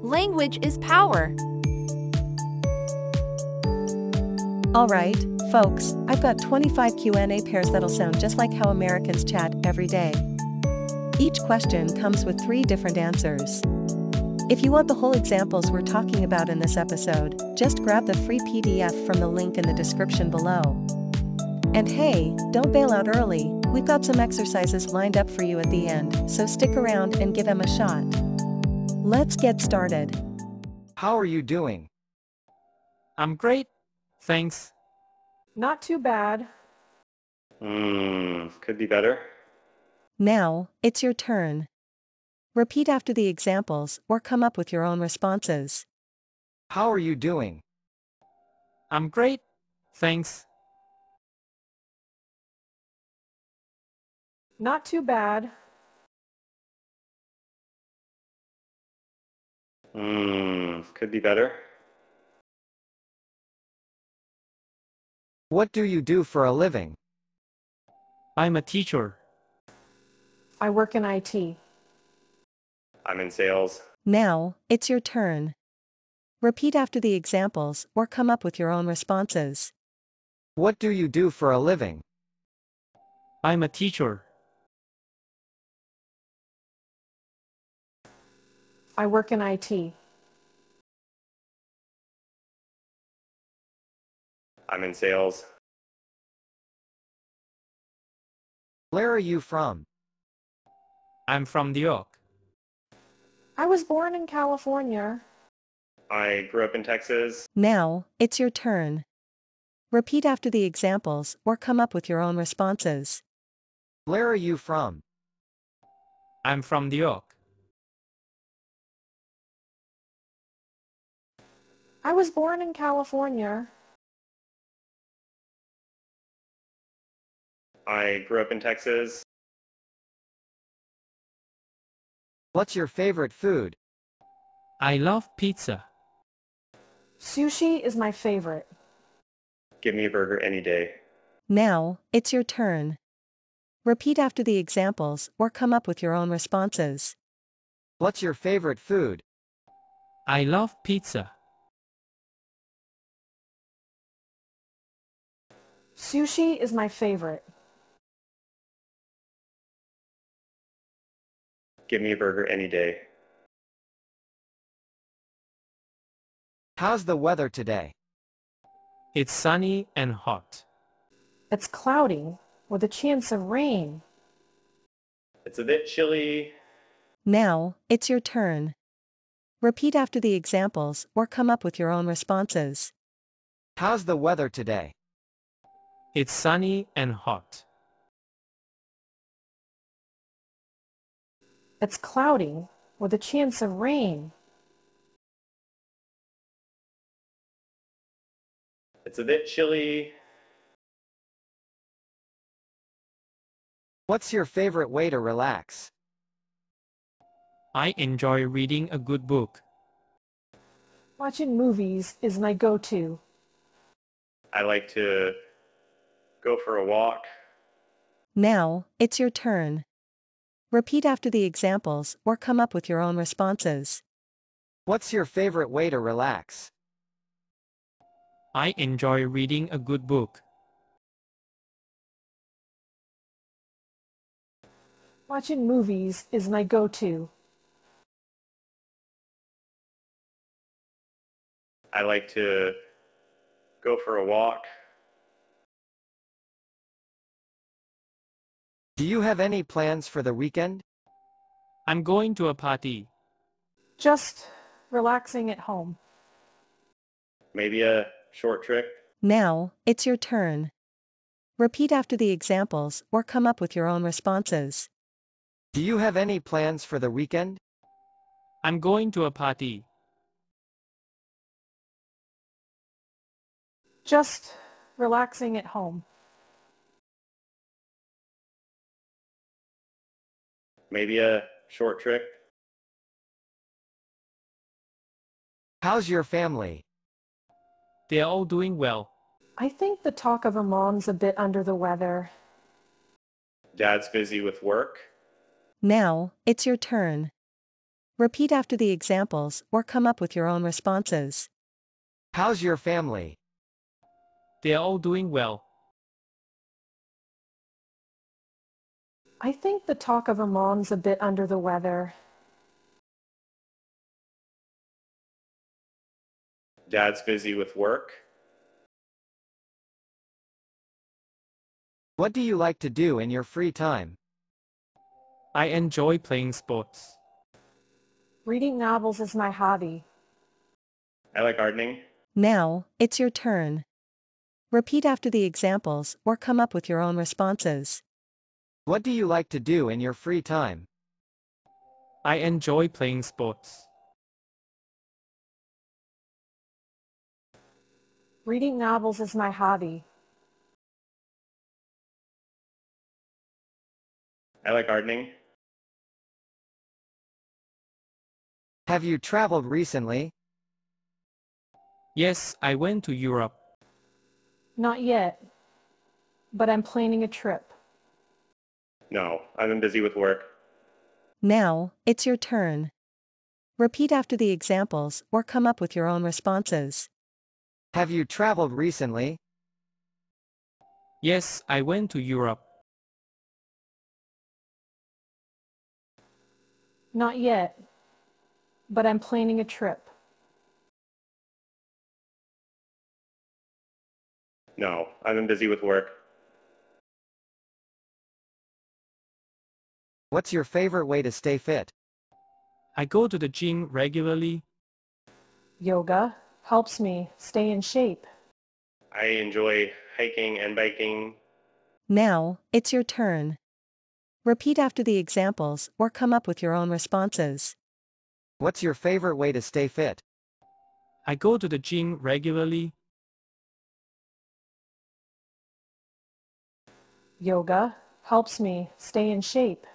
Language is power. All right, folks, I've got 25 Q&A pairs that'll sound just like how Americans chat every day. Each question comes with three different answers. If you want the whole examples we're talking about in this episode, just grab the free PDF from the link in the description below. And hey, don't bail out early, we've got some exercises lined up for you at the end, so stick around and give them a shot. Let's get started. How are you doing? I'm great. Thanks. Not too bad. Hmm, could be better. Now, it's your turn. Repeat after the examples or come up with your own responses. How are you doing? I'm great. Thanks. Not too bad. Hmm, could be better. What do you do for a living? I'm a teacher. I work in IT. I'm in sales. Now, it's your turn. Repeat after the examples or come up with your own responses. What do you do for a living? I'm a teacher. I work in IT. I'm in sales. Where are you from? I'm from New York. I was born in California. I grew up in Texas. Now, it's your turn. Repeat after the examples or come up with your own responses. Where are you from? I'm from New York. I was born in California. I grew up in Texas. What's your favorite food? I love pizza. Sushi is my favorite. Give me a burger any day. Now, it's your turn. Repeat after the examples or come up with your own responses. What's your favorite food? I love pizza. Sushi is my favorite. Give me a burger any day. How's the weather today? It's sunny and hot. It's cloudy with a chance of rain. It's a bit chilly. Now, it's your turn. Repeat after the examples or come up with your own responses. How's the weather today? It's sunny and hot. It's cloudy with a chance of rain. It's a bit chilly. What's your favorite way to relax? I enjoy reading a good book. Watching movies is my go-to. I like to go for a walk. Now, it's your turn. Repeat after the examples or come up with your own responses. What's your favorite way to relax? I enjoy reading a good book. Watching movies is my go-to. I like to go for a walk. Do you have any plans for the weekend? I'm going to a party. Just relaxing at home. Maybe a short trip. Now, it's your turn. Repeat after the examples or come up with your own responses. Do you have any plans for the weekend? I'm going to a party. Just relaxing at home. Maybe a short trip. How's your family? They're all doing well. I think the talk of her mom's a bit under the weather. Dad's busy with work. Now, it's your turn. Repeat after the examples or come up with your own responses. How's your family? They are all doing well. I think the talk of a mom's a bit under the weather. Dad's busy with work. What do you like to do in your free time? I enjoy playing sports. Reading novels is my hobby. I like gardening. Now, it's your turn. Repeat after the examples or come up with your own responses. What do you like to do in your free time? I enjoy playing sports. Reading novels is my hobby. I like gardening. Have you traveled recently? Yes, I went to Europe. Not yet, but I'm planning a trip. No, I've been busy with work. Now, it's your turn. Repeat after the examples or come up with your own responses. Have you traveled recently? Yes, I went to Europe. Not yet, but I'm planning a trip. No, I've been busy with work. What's your favorite way to stay fit? I go to the gym regularly. Yoga helps me stay in shape. I enjoy hiking and biking. Now, it's your turn. Repeat after the examples or come up with your own responses. What's your favorite way to stay fit? I go to the gym regularly. Yoga helps me stay in shape.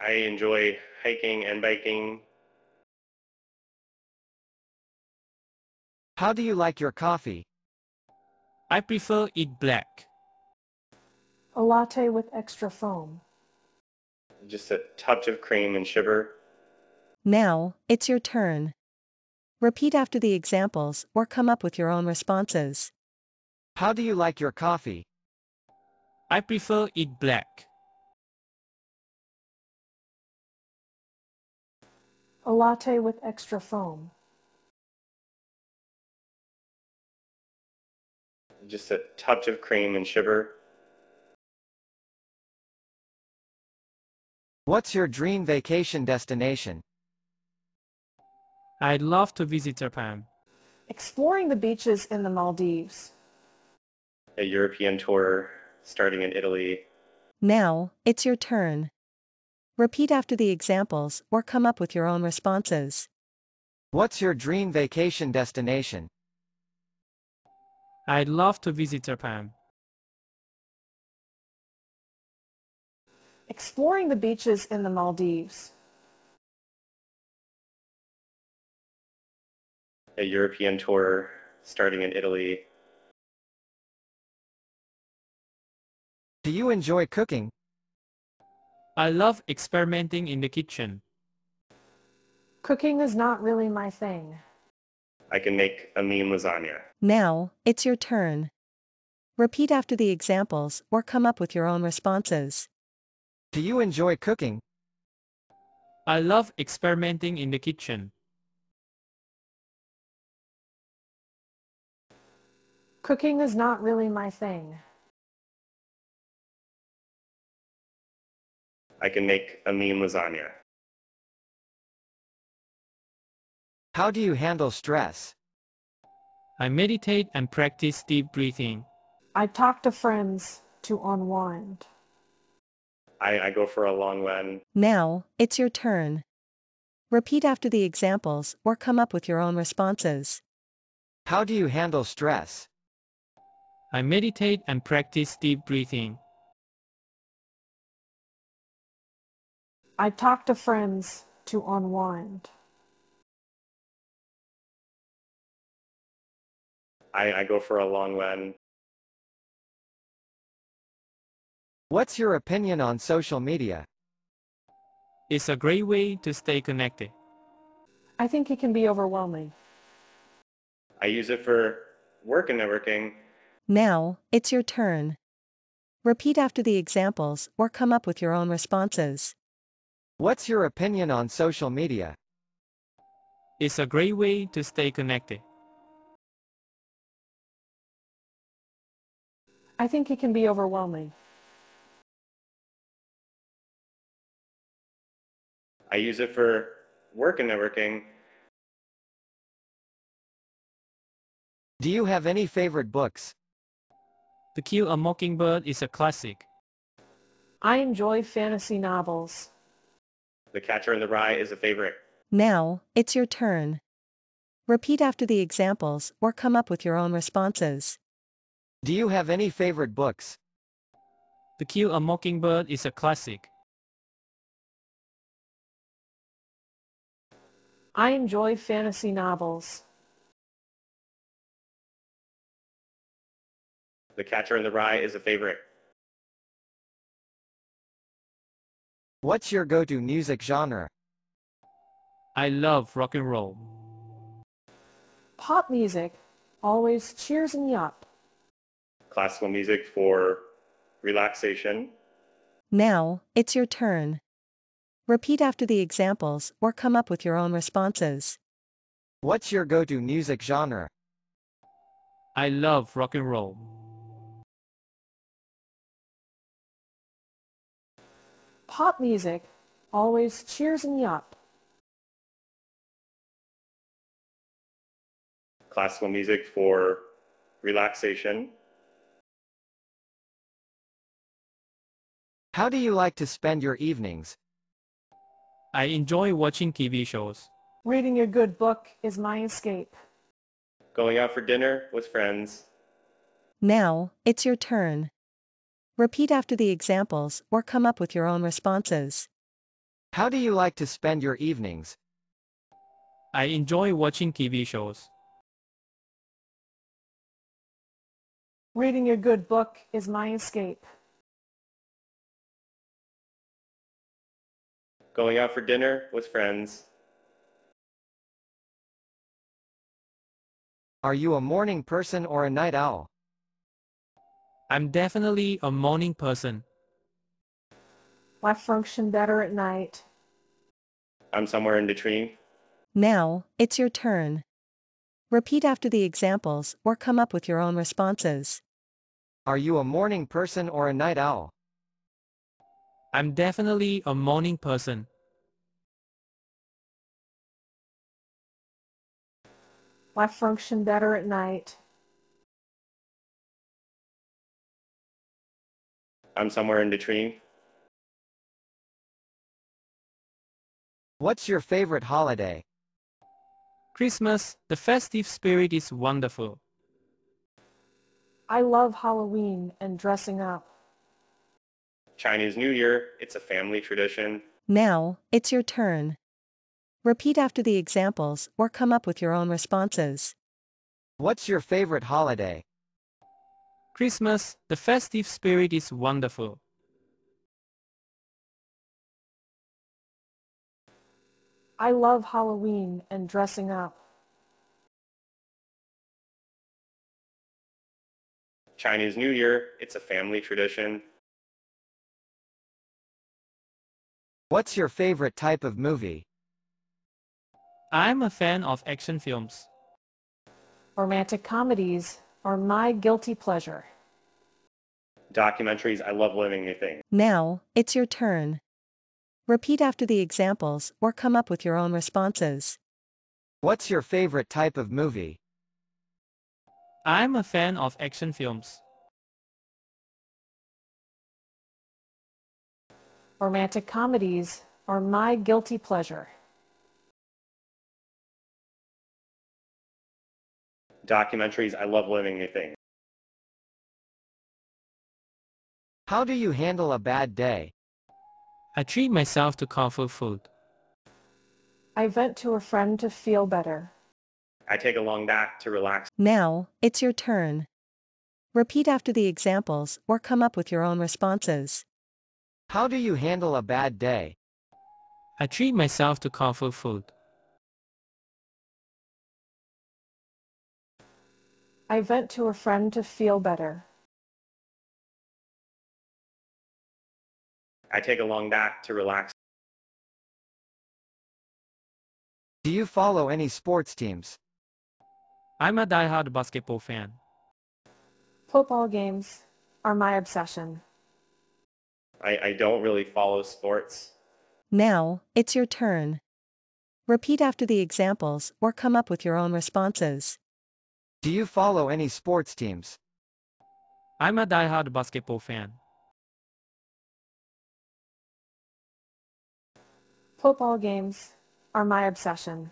I enjoy hiking and biking. How do you like your coffee? I prefer it black. A latte with extra foam. Just a touch of cream and sugar. Now, it's your turn. Repeat after the examples or come up with your own responses. How do you like your coffee? I prefer it black. A latte with extra foam. Just a touch of cream and sugar. What's your dream vacation destination? I'd love to visit Japan. Exploring the beaches in the Maldives. A European tour starting in Italy. Now, it's your turn. Repeat after the examples or come up with your own responses. What's your dream vacation destination? I'd love to visit Japan. Exploring the beaches in the Maldives. A European tour starting in Italy. Do you enjoy cooking? I love experimenting in the kitchen. Cooking is not really my thing. I can make a mean lasagna. Now, it's your turn. Repeat after the examples or come up with your own responses. Do you enjoy cooking? I love experimenting in the kitchen. Cooking is not really my thing. I can make a mean lasagna. How do you handle stress? I meditate and practice deep breathing. I talk to friends to unwind. I, I go for a long run. Now, it's your turn. Repeat after the examples or come up with your own responses. How do you handle stress? I meditate and practice deep breathing. I talk to friends to unwind. I, I go for a long run. What's your opinion on social media? It's a great way to stay connected. I think it can be overwhelming. I use it for work and networking. Now, it's your turn. Repeat after the examples or come up with your own responses. What's your opinion on social media? It's a great way to stay connected. I think it can be overwhelming. I use it for work and networking. Do you have any favorite books? To Kill a Mockingbird is a classic. I enjoy fantasy novels. The Catcher in the Rye is a favorite. Now, it's your turn. Repeat after the examples or come up with your own responses. Do you have any favorite books? To Kill a Mockingbird is a classic. I enjoy fantasy novels. The Catcher in the Rye is a favorite. What's your go-to music genre? I love rock and roll. Pop music always cheers me up. Classical music for relaxation. Now, it's your turn. Repeat after the examples or come up with your own responses. What's your go-to music genre? I love rock and roll. Pop music always cheers me up. Classical music for relaxation. How do you like to spend your evenings? I enjoy watching TV shows. Reading a good book is my escape. Going out for dinner with friends. Now, it's your turn. Repeat after the examples or come up with your own responses. How do you like to spend your evenings? I enjoy watching TV shows. Reading a good book is my escape. Going out for dinner with friends. Are you a morning person or a night owl? I'm definitely a morning person. I function better at night. I'm somewhere in between. Now, it's your turn. Repeat after the examples or come up with your own responses. Are you a morning person or a night owl? I'm definitely a morning person. I function better at night. I'm somewhere in between. What's your favorite holiday? Christmas, the festive spirit is wonderful. I love Halloween and dressing up. Chinese New Year, it's a family tradition. Now, it's your turn. Repeat after the examples or come up with your own responses. What's your favorite holiday? Christmas, the festive spirit is wonderful. I love Halloween and dressing up. Chinese New Year, it's a family tradition. What's your favorite type of movie? I'm a fan of action films. Romantic comedies are my guilty pleasure. Documentaries, I love living new things. Now, it's your turn. Repeat after the examples or come up with your own responses. What's your favorite type of movie? I'm a fan of action films. Romantic comedies are my guilty pleasure. Documentaries, I love living new things. How do you handle a bad day? I treat myself to comfort food. I vent to a friend to feel better. I take a long nap to relax. Now, it's your turn. Repeat after the examples or come up with your own responses. How do you handle a bad day? I treat myself to comfort food. I vent to a friend to feel better. I take a long nap to relax. Do you follow any sports teams? I'm a diehard basketball fan. Football games are my obsession. I, I don't really follow sports. Now, it's your turn. Repeat after the examples or come up with your own responses. Do you follow any sports teams? I'm a diehard basketball fan. Football games are my obsession.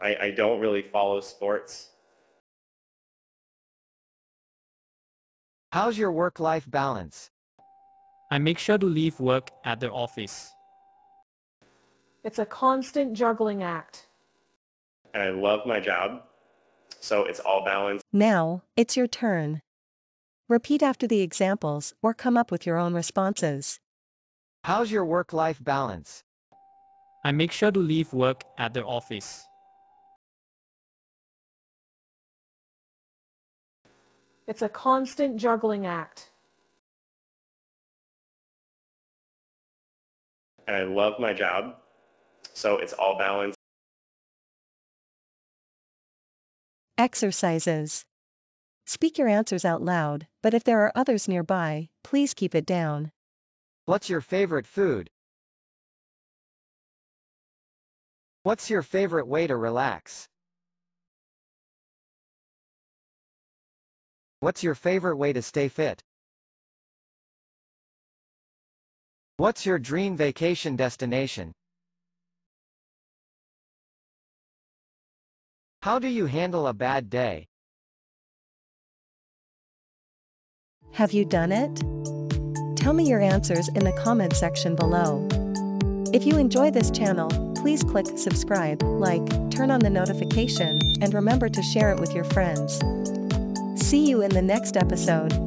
I, I don't really follow sports. How's your work-life balance? I make sure to leave work at the office. It's a constant juggling act. And I love my job. So it's all balanced. Now, it's your turn. Repeat after the examples or come up with your own responses. How's your work-life balance? I make sure to leave work at the office. It's a constant juggling act. And I love my job. So it's all balanced. Exercises. Speak your answers out loud, but if there are others nearby, please keep it down. What's your favorite food? What's your favorite way to relax? What's your favorite way to stay fit? What's your dream vacation destination? How do you handle a bad day? Have you done it? Tell me your answers in the comment section below. If you enjoy this channel, please click subscribe, like, turn on the notification, and remember to share it with your friends. See you in the next episode.